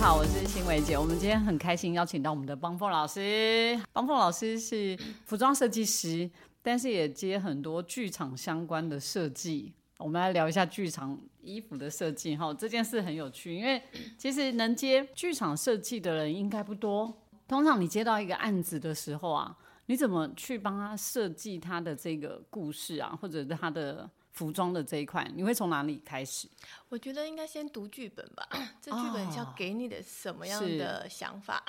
好，我是新伟姐。我们今天很开心邀请到我们的邦凤老师。邦凤老师是服装设计师，但是也接很多剧场相关的设计。我们来聊一下剧场衣服的设计哈，这件事很有趣，因为其实能接剧场设计的人应该不多。通常你接到一个案子的时候啊，你怎么去帮他设计他的这个故事啊，或者是他的服装的这一块，你会从哪里开始？我觉得应该先读剧本吧，这剧本是要哦给你的什么样是的想法，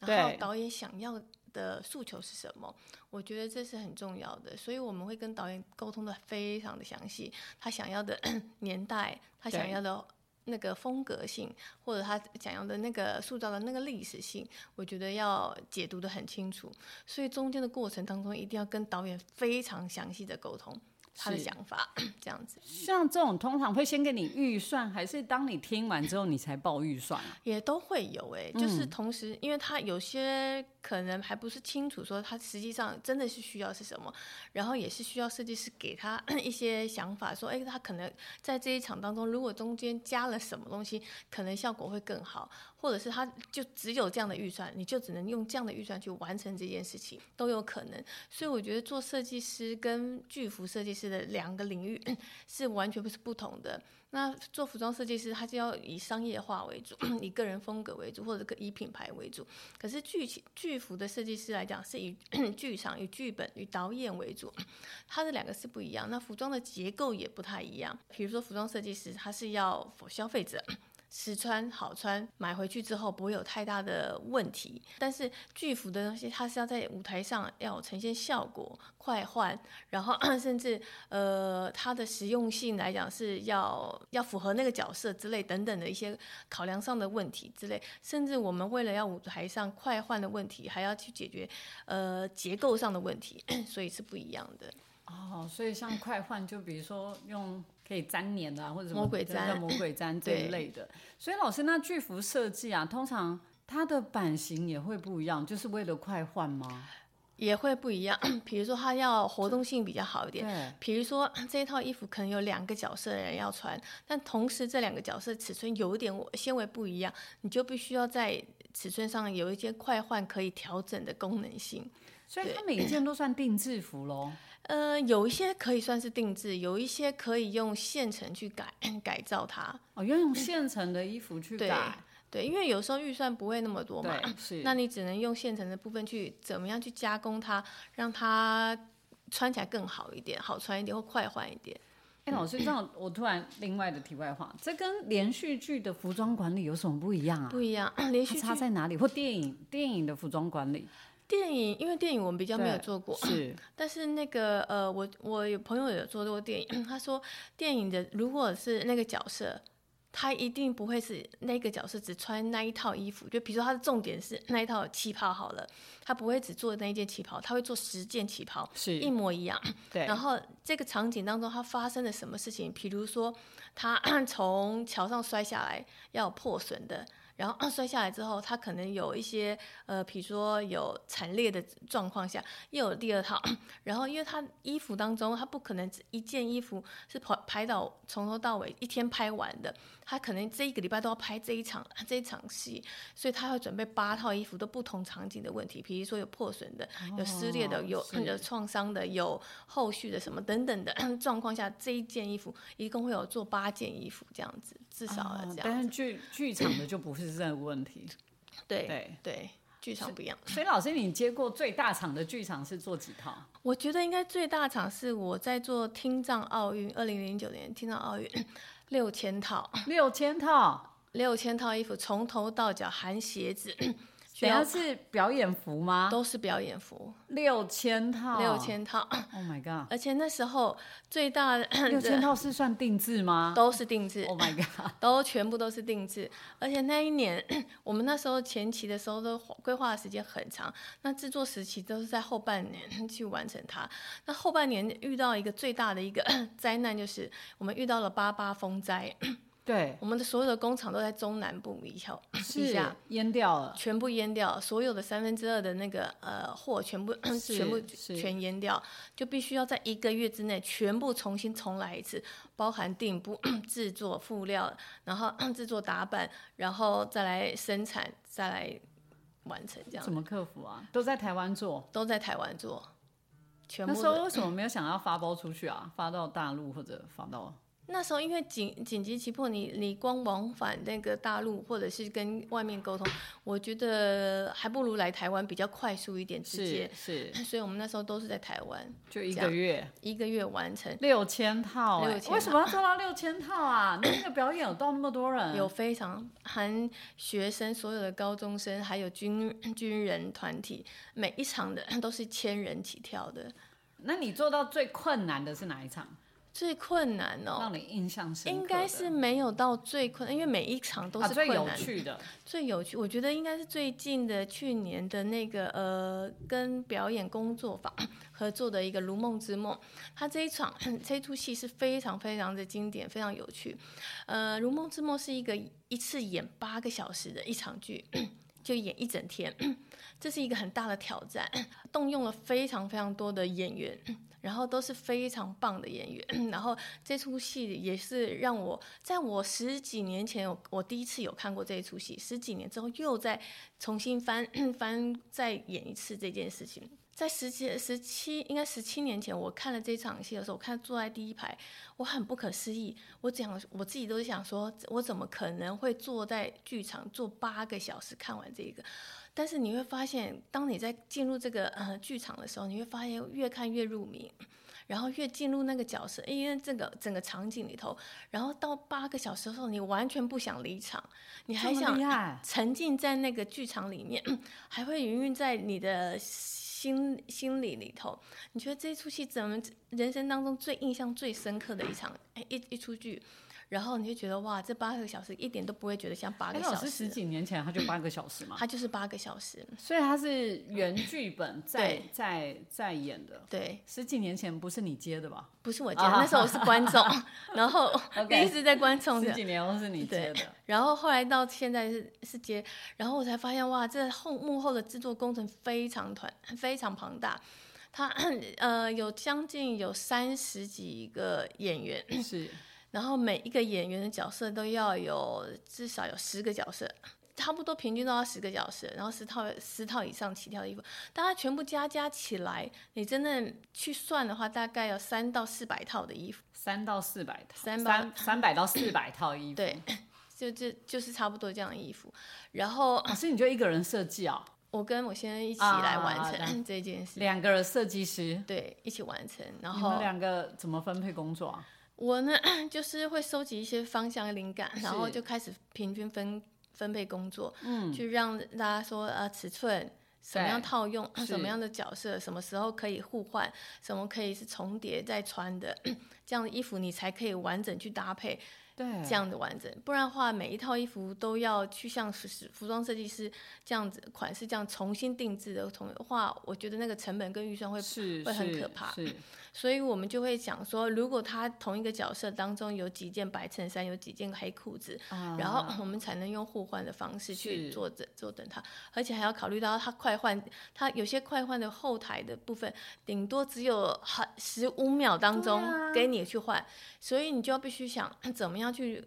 然对后导演想要的诉求是什么？我觉得这是很重要的，所以我们会跟导演沟通的非常的详细，他想要的 年代，他想对要的。那个风格性，或者他想要的那个塑造的那个历史性，我觉得要解读的很清楚，所以中间的过程当中一定要跟导演非常详细的沟通他的是想法， 这样子。像这种通常会先给你预算，还是当你听完之后你才报预算啊？也都会有哎、就是同时，因为他有些可能还不是清楚说他实际上真的是需要是什么，然后也是需要设计师给他 一些想法，说哎、他可能在这一场当中，如果中间加了什么东西，可能效果会更好，或者是他就只有这样的预算，你就只能用这样的预算去完成这件事情，都有可能。所以我觉得做设计师跟剧服设计师的两个领域 是完全不是不同的。那做服装设计师，他就要以商业化为主， 以个人风格为主，或者以品牌为主。可是剧情剧服的设计师来讲，是以 剧场、以剧本、以导演为主，它的两个是不一样。那服装的结构也不太一样。比如说，服装设计师他是要 for 消费者。实穿好穿，买回去之后不会有太大的问题。但是剧服的东西，它是要在舞台上要有呈现效果、快换，然后 甚至呃，它的实用性来讲是要要符合那个角色之类等等的一些考量上的问题之类，甚至我们为了要舞台上快换的问题，还要去解决呃结构上的问题， 所以是不一样的。哦，所以像快换，就比如说用可以粘黏的、啊，或者什么魔鬼对对粘魔鬼粘这一对类的。所以老师，那巨幅设计啊，通常它的版型也会不一样，就是为了快换吗？也会不一样， 比如说它要活动性比较好一点，对，比如说这一套衣服可能有两个角色的人要穿，但同时这两个角色尺寸有一点纤维不一样，你就必须要在尺寸上有一些快换可以调整的功能性。所以对它每一件都算定制服喽。呃，有一些可以算是定制，有一些可以用现成去改 改造它。哦，要用现成的衣服去对改，对，因为有时候预算不会那么多嘛，对，是。那你只能用现成的部分去怎么样去加工它，让它穿起来更好一点，好穿一点或快换一点。哎、老师，这样我突然另外的题外话，这跟连续剧的服装管理有什么不一样啊？不一样， 连它续剧差在哪里？或电影电影的服装管理电影，因为电影我们比较没有对做过，是但是那个呃，我我有朋友有做过电影，他说电影的如果是那个角色，他一定不会是那个角色只穿那一套衣服，就比如说他的重点是那一套旗袍好了，他不会只做那一件旗袍，他会做十件旗袍。是一模一样， 对然后这个场景当中，他发生了什么事情？比如说，他 从桥上摔下来，要有破损的，然后摔下来之后，他可能有一些呃，比如说有惨烈的状况下，又有第二套， 然后因为他衣服当中，他不可能只一件衣服是排排到从头到尾一天拍完的，他可能这一个礼拜都要拍这一场 这一场戏，所以他要准备八套衣服，都不同场景的问题，比如说有破损的、有撕裂的、有哦是有创伤的、有后续的什么等等的 状况下，这一件衣服一共会有做八件衣服这样子，至少啊要这样但子。是剧剧场的就不是这个问题。对对对，剧场不一样。所以老师，你接过最大场的剧场是做几套？我觉得应该最大场是我在做听障奥运，二零零九年听障奥运 六千套，六千套？六千套衣服从头到脚含鞋子，等一下要是表演服吗？都是表演服，六千套，六。千套， Oh my god！而且那时候最大的 六千套是算定制吗都是定制。 ？Oh my god！都全部都是定制，而且那一年 我们那时候前期的时候都规划的时间很长，那制作时期都是在后半年 去完成它。那后 半年遇到一个最大的一个灾难，就是我们遇到了八八风灾，对，我们的所有的工厂都在中南部以下以是下，淹掉了，全部淹掉，所有的三分之二的那个呃货全 部是全部是全淹掉，就必须要在一个月之内全部重新重来一次，包含定部 制作辅料，然后 制作打板，然后再来生产，再来完成这怎样，么克服啊？都在台湾做，都在台湾做，全那部时的候为什么没有想要发包出去啊？发到大陆或者发到那时候因为紧紧急急迫，你你光往返那个大陆或者是跟外面沟通，我觉得还不如来台湾比较快速一点，直接是。是 所以我们那时候都是在台湾就一这个样月一个月完成，六千套、欸， 6000为什么要做到六千套 啊？那那个表演有到那么多人？有非常含学生所有的高中生，还有军 军人团体，每一场的都是千人起跳的。那你做到最困难的是哪一场？最困难哦，让你印象深刻的？应该是没有到最困因为每一场都啊是最困难有的。趣的，最有趣，我觉得应该是最近的去年的那个呃，跟表演工作坊合作的一个《如梦之梦》，它这一场这一出戏是非常非常的经典，非常有趣。呃，《如梦之梦》是一个一次演八个小时的一场剧。就演一整天，这是一个很大的挑战，动用了非常非常多的演员，然后都是非常棒的演员，然后这出戏也是让我在我十几年前，我我第一次有看过这一出戏，十几年之后又再重新翻 翻再演一次这件事情。在十七十七应该十七年前，我看了这场戏的时候，我看坐在第一排，我很不可思议。我讲我自己都想说，我怎么可能会坐在剧场坐八个小时看完这个？但是你会发现，当你在进入这个呃剧场的时候，你会发现越看越入迷，然后越进入那个角色，因为这个整个场景里头，然后到八个小时的时候，你完全不想离场，你还这么想厉害，沉浸在那个剧场里面， 还会萦萦在你的心心里里头。你觉得这一出戏怎么人生当中最印象最深刻的一场哎一一出剧？然后你就觉得哇，这八个小时一点都不会觉得像八哎，个老小师十时，几年前他就八个小时嘛，它就是八个小时。所以他是原剧本在对在在演的。对，十几年前不是你接的吧？不是我接的，啊那时候我是观众， 然后 OK 第一次在观众十的，几年后是你接对的，然后后来到现在是是接，然后我才发现哇，这后幕后的制作工程非常团非常庞大，它呃有将近有三十几个演员，是然后每一个演员的角色都要有至少有十个角色，差不多平均都要十个角色，然后十套十套以上起跳的衣服，大家全部加加起来，你真的去算的话，大概有三到四百套的衣服，三到四百套，三到三三百到四百套衣服。对，就就就是差不多这样的衣服，然后。老师你就一个人设计哦，我跟我先生一起啊来完啊啊成这件事，两个人设计师，对，一起完成。然你们后两个怎么分配工作啊？我呢， 就是会收集一些方向灵感，然后是就开始平均分分配工作，嗯，去让大家说呃尺寸。什么样对套用，是什么样的角色，什么时候可以互换，什么可以是重叠再穿的，这样的衣服你才可以完整去搭配，对，这样的完整。不然的话，每一套衣服都要去像服服装设计师这样子款式这样重新定制的，同的话，我觉得那个成本跟预算会是会很是可怕是所以我们就会讲说，如果他同一个角色当中有几件白衬衫，有几件黑裤子，啊，然后我们才能用互换的方式去是坐等坐等他，而且还要考虑到他快换，他有些快换的后台的部分，顶多只有很十五秒当中对啊给你去换，所以你就要必须想怎么样去。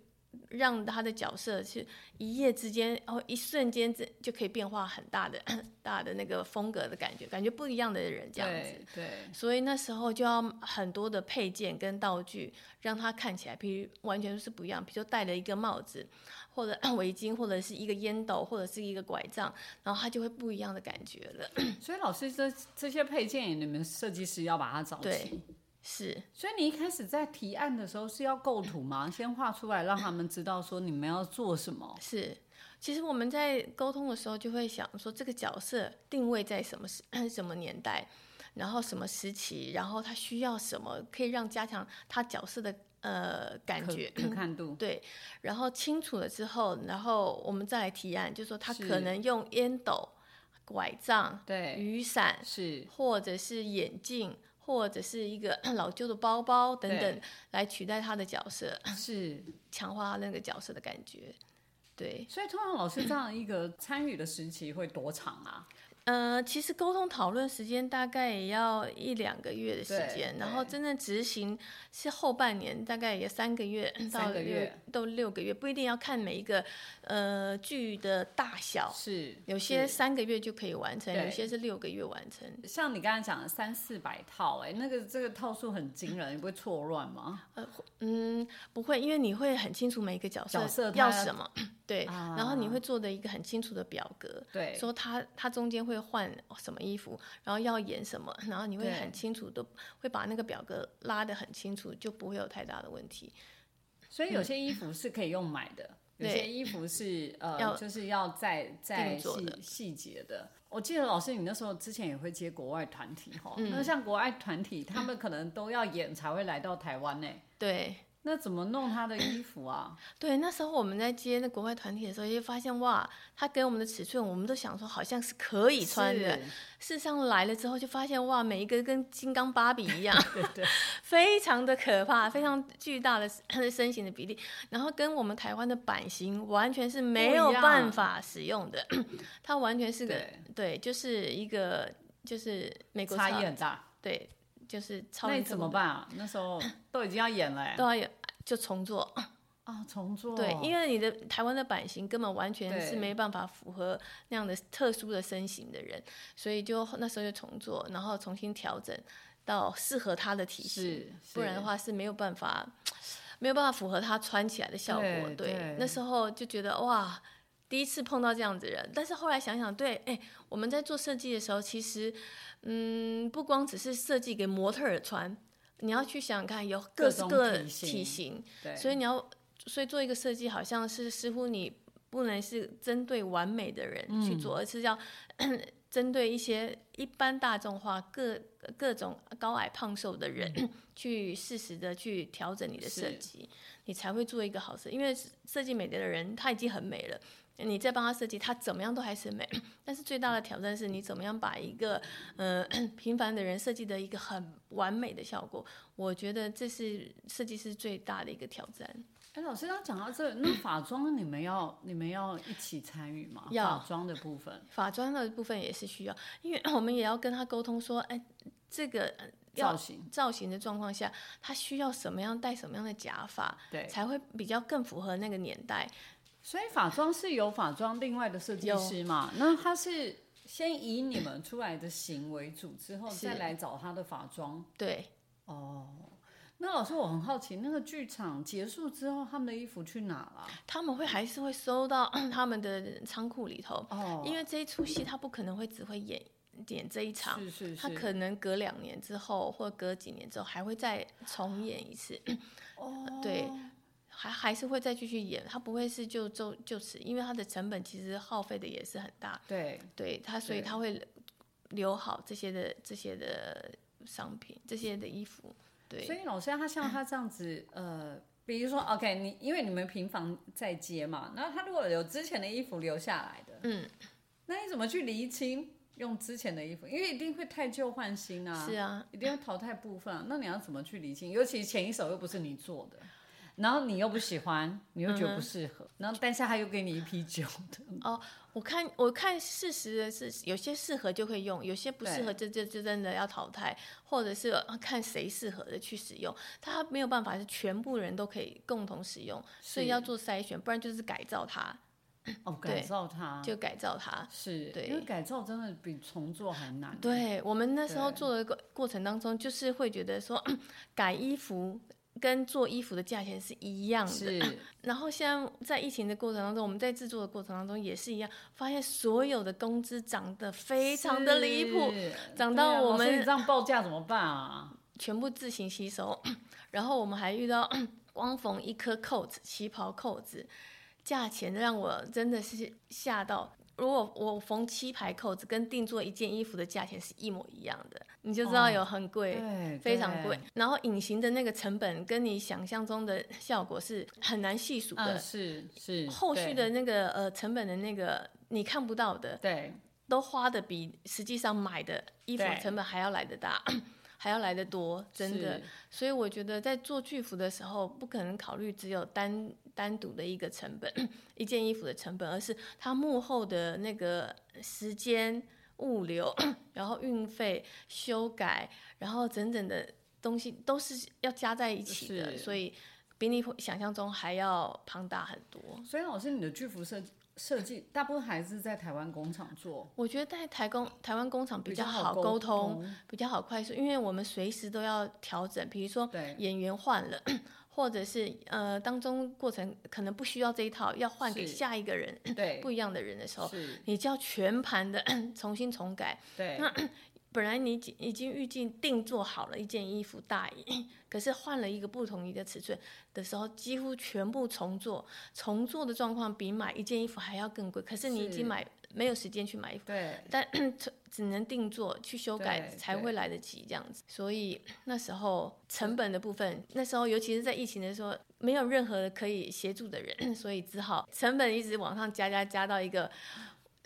让他的角色是一夜之间，然后一瞬间这就可以变化很大的 大的那个风格的感觉，感觉不一样的人这样子。对对，所以那时候就要很多的配件跟道具，让它看起来，比如完全是不一样。比如说戴了一个帽子，或者 围巾，或者是一个烟斗，或者是一个拐杖，然后它就会不一样的感觉了。所以老师这这些配件，你们设计师要把它找对齐。是所以你一开始在提案的时候是要构图吗？先画出来，让他们知道说你们要做什么。是，其实我们在沟通的时候就会想说，这个角色定位在什么时 什么年代，然后什么时期，然后他需要什么，可以让加强他角色的呃感可觉。可看度，对，然后清楚了之后，然后我们再来提案，就说他是可能用烟斗、拐杖、对，雨伞，是或者是眼镜，或者是一个 老旧的包包等等对，来取代他的角色，是，强化他那个角色的感觉。对，所以通常老师这样一个参与的时期会多长啊？呃，其实沟通讨论时间大概也要一两个月的时对间，然后对真正执行是后半年，大概也三个月到三个六月到六个月，不一定要看每一个呃剧的大小，是，有些是三个月就可以完成，有对些是六个月完成。像你刚才讲的三四百套、哎，那个这个套数很惊人，你不会错乱吗？嗯，不会，因为你会很清楚每一个角色角色要他啊什么， 对，然后你会做的一个很清楚的表格，对说他他中间会换什么衣服，然后要演什么， 然后你会对很清楚的会把那个表格拉得很清楚，就不会有太大的问题。所以有些衣服是可以用买的，有嗯对些衣服是呃，要就是要再再定做细的细节的。我记得老师，你那时候之前也会接国外团体哈，嗯那像国外团体，他们可能都要演才会来到台湾呢、对那怎么弄他的衣服啊？ 对，那时候我们在接那国外团体的时候，就发现哇，他给我们的尺寸，我们都想说好像是可以穿的，是事实上来了之后，就发现哇，每一个跟金刚芭比一样，对 对，非常的可怕，非常巨大的身 形的比例，然后跟我们台湾的版型完全是没有不一样办法使 用的，它完全是个对对就是一个就是美国差超异很大。对，就是超那人你特怎么工办啊？那时 候都已经要演了、欸，都要有就重做，啊，重做。对，因为你的台湾的版型根本完全对是没办法符合那样的特殊的身形的人，所以就那时候就重做，然后重新调整到适合他的体型是，不然的是话是没有办法，没有办法符合他穿起来的效果。对对那时候就觉得哇。第一次碰到这样子的人，但是后来想想，对，哎，我们在做设计的时候，其实，嗯，不光只是设计给模特儿穿，你要去想想看，有各各式种各体型体型，对，所以你要，所以做一个设计好像是似乎你不能是针对完美的人嗯去做，而是要针对一些一般大众化各各种高矮胖瘦的人、 去适时的去调整你的设是计，你才会做一个好设。因为设计美的人他已经很美了。你再帮他设计，他怎么样都还是美。 但是最大的挑战是你怎么样把一个嗯、呃 平凡的人设计的一个很完美的效果。我觉得这是设计师最大的一个挑战。哎，老师刚讲到这，那法妆你们要你们要一起参与吗？要法妆的部分，法妆的部分也是需要，因为我们也要跟他沟通说，哎，这个呃造要型造型的状况下，他需要什么样戴什么样的假发，对，才会比较更符合那个年代。所以法妆是有法妆另外的设计师嘛？那他是先以你们出来的型为主，之后是哦再来找他的法妆。对，那老师，我很好奇，那个剧场结束之后，他们的衣服去哪了？他们会还是会收到 他们的仓库里头，哦，因为这一出戏他不可能会只会演演这一场。是是他是，可哦能隔两年之后，或隔几年之后，还会再重演一次。哦，对，还还是会再继续演，他不会是就就就此，因为他的成本其实耗费的也是很大，对，对他，所以对他会留好这些的这些的商品，这些的衣服，所对以老师他像他这样子，呃，比如说，OK，你因为你们平房在接嘛，然后他如果有之前的衣服留下来的，嗯，那你怎么去厘清用之前的衣服？因为一定会太旧换新啊，是啊，一定要淘汰部分、啊。那你要怎么去厘清？尤其前一手又不是你做的。然后你又不喜欢，你又觉得不适合，嗯然后但是他又给你一批旧的，我看我看事实的是，有些适合就会用，有些不适合就就就真的要淘汰，或者是呃看谁适合的去使用，它没有办法是全部人都可以共同使用， 所以是要做筛选，不然就是改造它，哦，改造它就改造它。是，对因为改造真的比重做还难。，对我们那时候对做的过过程当中，就是会觉得说 改衣服跟做衣服的价钱是一样的。是，然后现在在疫情的过程当中，我们在制作的过程当中也是一样，发现所有的工资涨得 非常的离谱，是，涨对到啊我老师们你这样报价怎么办啊？全部自行吸收。 然后我们还遇到 光缝一颗扣子，旗袍扣子，价钱让我真的是吓到。如果我缝七排扣子，跟定做一件衣服的价钱是一模一样的，你就知道哦有很贵。对，非常对贵，，然后隐形的那个成本跟你想象中的效果是很难细数嗯，的，是是，后续对的那个呃成本的那个你看不到的，对都花的比实际上买的衣服对成本还要来得大。 还要来得多，真的是。所以我觉得在做剧服的时候，不可能考虑只有单单独的一个成本， 一件衣服的成本，而是它幕后的那个时间、物流，然后运费、修改，然后整整的东西都是要加在一起的，是所以比你想象中还要庞大很多。所以老师，你的剧服设设计大部分还是在台湾工厂做，我觉得在台工台湾工厂比较好沟沟通，，比较好快速，因为我们随时都要调整，比如说对演员换了，或者是呃当中过程可能不需要这一套，要换给是下一个人对，不一样的人的时候，是，你就要全盘的 重新重改。对，本来你已经已经预计定做好了一件衣服大衣，可是换了一个不同一个尺寸的时候，几乎全部重做。重做的状况比买一件衣服还要更贵，可是你已是经买没有时间去买衣服。对，但只能定做去修改对才对会来得及这样子，所以那时候成本的部分，那时候尤其是在疫情的时候，没有任何可以协助的人， 所以只好成本一直往上加加加到一个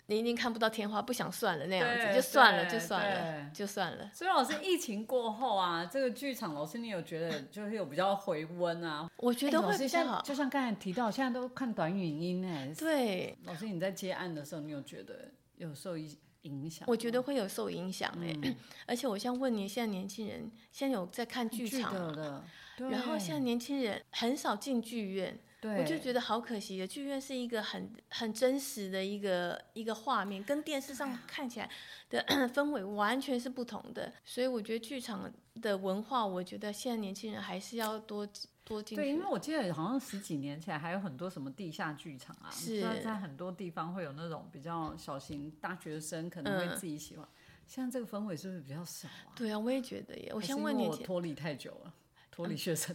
你已经看不到天花，不想算了那样对子，就算了对就算对了就算了。所以老师，疫情过后啊，这个剧场老师，你有觉得就是有比较回温啊？我觉得哎老会师比现较在好，就像刚才提到，现在都看短影音哎、对，老师，你在接案的时候，你有觉得有受一影响吗？我觉得会有受影响哎、嗯 而且我想问你，现在年轻人现在有在看剧剧场的吗？了，对然后现在年轻人很少进剧院，对，我就觉得好可惜的，剧院是一个很很真实的一个一个画面，跟电视啊上看起来的 氛围完全是不同的。所以我觉得剧场的文化，我觉得现在年轻人还是要多多进对，因去为。我记得好像十几年前还有很多什么地下剧场啊，是在在很多地方会有那种比较小型大学生可能会嗯自己喜欢。现在这个氛围是不是比较少啊？对啊，我也觉得耶。我还先是因问为你我姐，嗯脱离太久了，脱离学生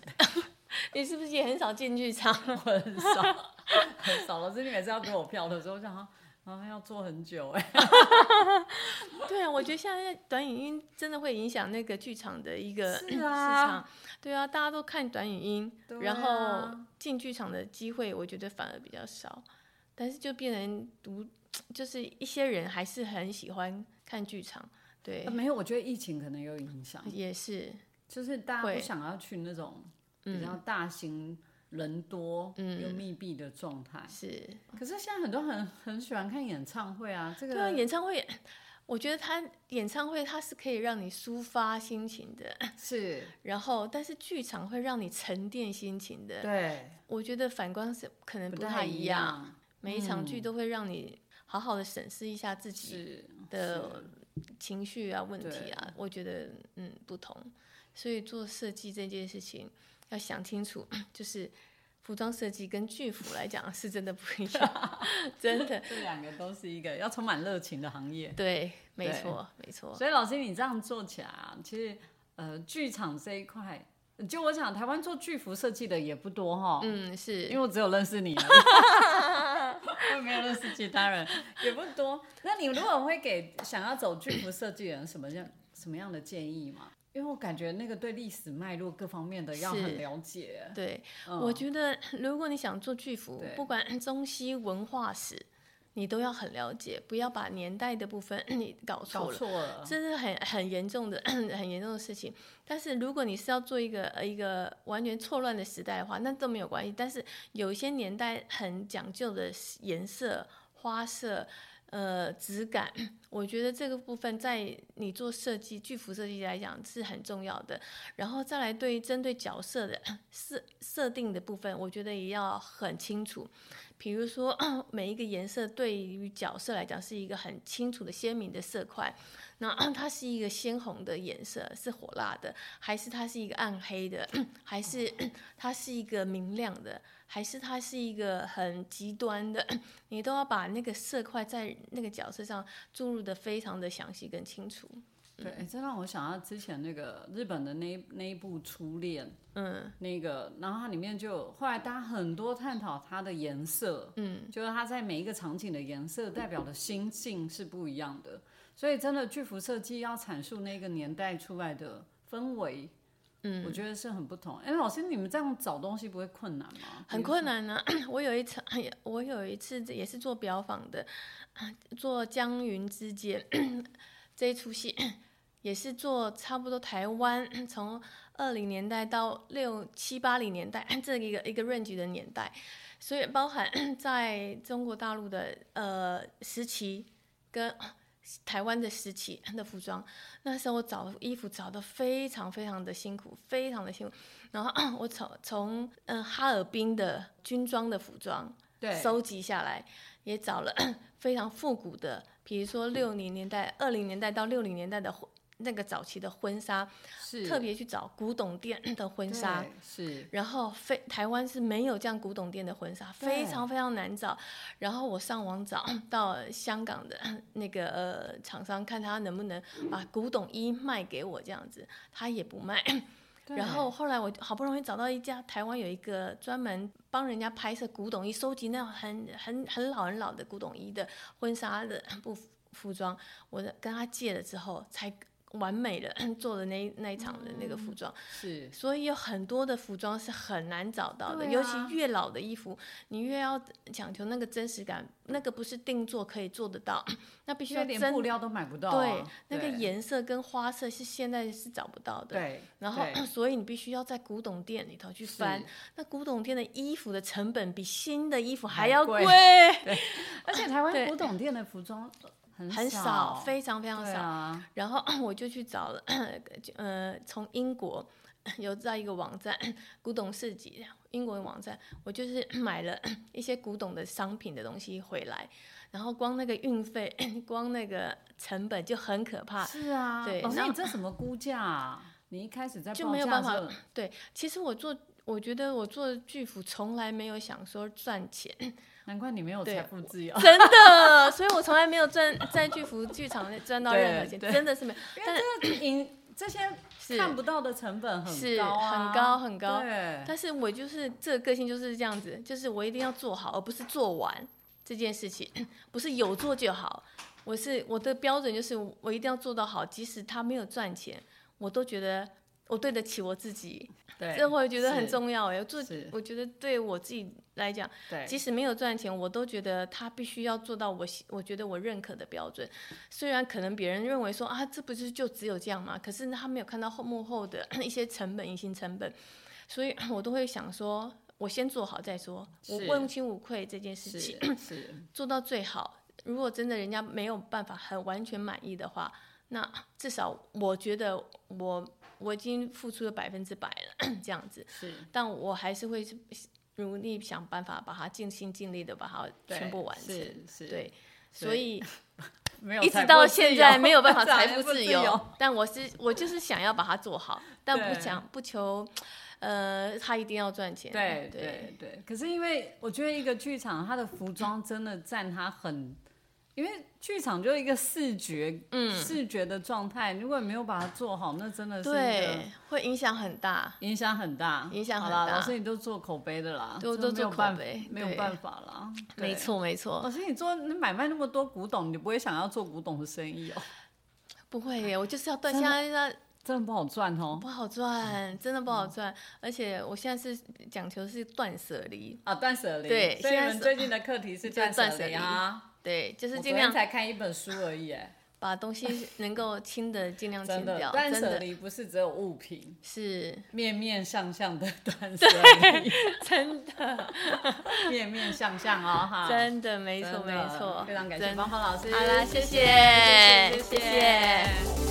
你是不是也很少进剧场？我很少很 少。老师，你每次要给我票的时候，我想啊啊要坐很久哎、对啊，我觉得现在短影音真的会影响那个剧场的一个是市啊场。对啊，大家都看短影音，对然后啊进剧场的机会，我觉得反而比较少。但是就变成独，就是一些人还是很喜欢看剧场，对， 没有，我觉得疫情可能有影响，也是，就是大家不会想要去那种比嗯，较大型、人多、嗯有密闭的状态。是。可是现在很多很很喜欢看演唱会啊，这对啊，个演唱会，我觉得他演唱会它是可以让你抒发心情的，是然后但是剧场会让你沉淀心情的。对我觉得反观是可能不不太一一样，每一场剧都会让你好好的审视一下自己嗯是的情绪啊、问对题啊，我觉得嗯不同。所以做设计这件事情要想清楚， 就是服装设计跟剧服来讲是真的不一样， 真的这两个都是一个要充满热情的行业。对，没对错，没错，所以老师，你这样做起来啊，其实呃，剧场这一块，就我想，台湾做剧服设计的也不多哈、嗯因为是。我只有认识你而已，我 也没有认识其他人，也不多。那你如果会给想要走剧服设计人什么样什么样的建议吗？因为我感觉那个对历史脉络各方面的要是很了解。对，嗯我觉得如果你想做剧服对，不管中西文化史，你都要很了解，不要把年代的部分 你搞搞错了。错了，这是很很严重的、 很严重的事情。但是如果你是要做一个呃一个完全错乱的时代的话，那都没有关系。但是有一些年代很讲究的颜色、花色、呃质感， 我觉得这个部分在你做设计、剧服设计来讲是很重要的。然后再来对于针对角色的 设设定的部分，我觉得也要很清楚。比如说， 每一个颜色对于角色来讲是一个很清楚的、鲜明的色块。那 它是一个鲜红的颜色，是火辣的，还是它是一个暗黑的，还是 它是一个明亮的，还是它是一个很极端的？ 你都要把那个色块在那个角色上注入的非常的详细跟清楚。对，诶这让我想到之前那个日本的那一那一部《初恋》，嗯那个，然后它里面就有后来大家很多探讨它的颜色，嗯，就是它在每一个场景的颜色代表的心境是不一样的，所以真的剧服设计要阐述那个年代出来的氛围，嗯，我觉得是很不同。哎，老师，你们这样找东西不会困难吗？很困难呢、 我有一次，哎我有一次也是做啊表坊的，做《江云之间》这一出戏，也是做差不多台湾从二零年代到六七八零年代这一个一个 range 的年代，所以包含在中国大陆的呃时期跟台湾的时期的服装，那时候我找衣服找的非常非常的辛苦，非常的辛苦。然后 我从从嗯哈尔滨的军装的服装对收集下来，也找了 非常复古的，比如说嗯六零年代、二零年代到六零年代的婚那个早期的婚纱，是特别去找古董店的婚纱。对是然后非台湾是没有这样古董店的婚纱，非对常非常难找。然后我上网找到香港的 那个呃厂商，看他能不能把古董衣卖给我这样子，他也不卖。然后后来我好不容易找到一家台湾有一个专门帮人家拍摄古董衣、收集那种很很很老很老的古董衣的婚纱的不服服装，我跟他借了之后才完美的 做了那一那一场的那个服嗯装。是所以有很多的服装是很难找到的，对啊尤其越老的衣服，你越要讲求那个真实感，那个不是定做可以做得到， 那必须现在要连真布料都买不到啊、对那个颜色跟花色是现在是找不到的。对，然后对， 所以你必须要在古董店里头去是翻，那古董店的衣服的成本比新的衣服还还要贵贵，而且台湾对古董店的服装呃很很少，少，非常非常对少。啊，然后 我就去找了，呃，从英国 有在一个网站 古董市集，英国的网站，我就是 买了一些古董的商品的东西回来，然后光那个运费， 光那个成本就很可怕。是啊，对老师然你后这怎么估价啊？你一开始在就报没有价办的时法候对，其实我做，我觉得我做巨幅从来没有想说赚钱，难怪你没有对财富自由， 真的，所以我从来没有赚在巨幅剧场内赚到任何对钱，对真的是没有。因但为这个影这些是看不到的成本很是高啊，很高很高对，但是我就是这个个性就是这样子，就是我一定要做好，而不是做完这件事情， 不是有做就好。我是我的标准就是我一定要做到好，即使他没有赚钱，我都觉得我对得起我自己，对，这我觉得很是，重要哎。做是我觉得对我自己来讲，对，即使没有赚钱，我都觉得他必须要做到我喜我觉得我认可的标准。虽然可能别人认为说啊，这不是就只有这样吗？可是他没有看到后幕后的 一些成本、隐形成本，所以 我都会想说，我先做好再说，我是问心无愧这件事情，是是，做到最好。如果真的人家没有办法很完全满意的话，那至少我觉得我我已经付出了百分之百了， 这样子。是但我还是会努力想办法把它尽心尽力的把它对全部完成。是是，对，所所以没有一财直富到自现由在没有 办法财财富富自由，但我是我就是想要把它做好，但不对想不求，呃，他一定要赚钱。对对对对，可是因为我觉得一个剧场，它的服装真的占它很，因为剧场就是一个视觉，嗯，视觉的状态，如果没有把它做好，那真的是一个对，会影响很大。影响很大，影响好很啦，大老师你都做口碑的啦，都这都没有做口办碑没有对办法啦，没对。嗯错，没错。老师，你做你买卖那么多古董，你不会想要做古董的生意哦，不会耶，我就是要断。真现的嗯在要真的不好赚哦。不好赚，真的不好赚。而且我现在是讲求是断舍离，啊，断舍离。对所以你现在们是最近的课题是就断断舍舍离啊， 对，就我是昨尽天量才看一本书而已，哎。把东西能够轻的尽量真清的掉，，断真舍的离不是只有物品， 是面面相向的断舍 离，真的，面面相向哦，哈，真的没错真的没错，非常感谢真的芳芳老师，好啦，谢谢谢谢，谢谢。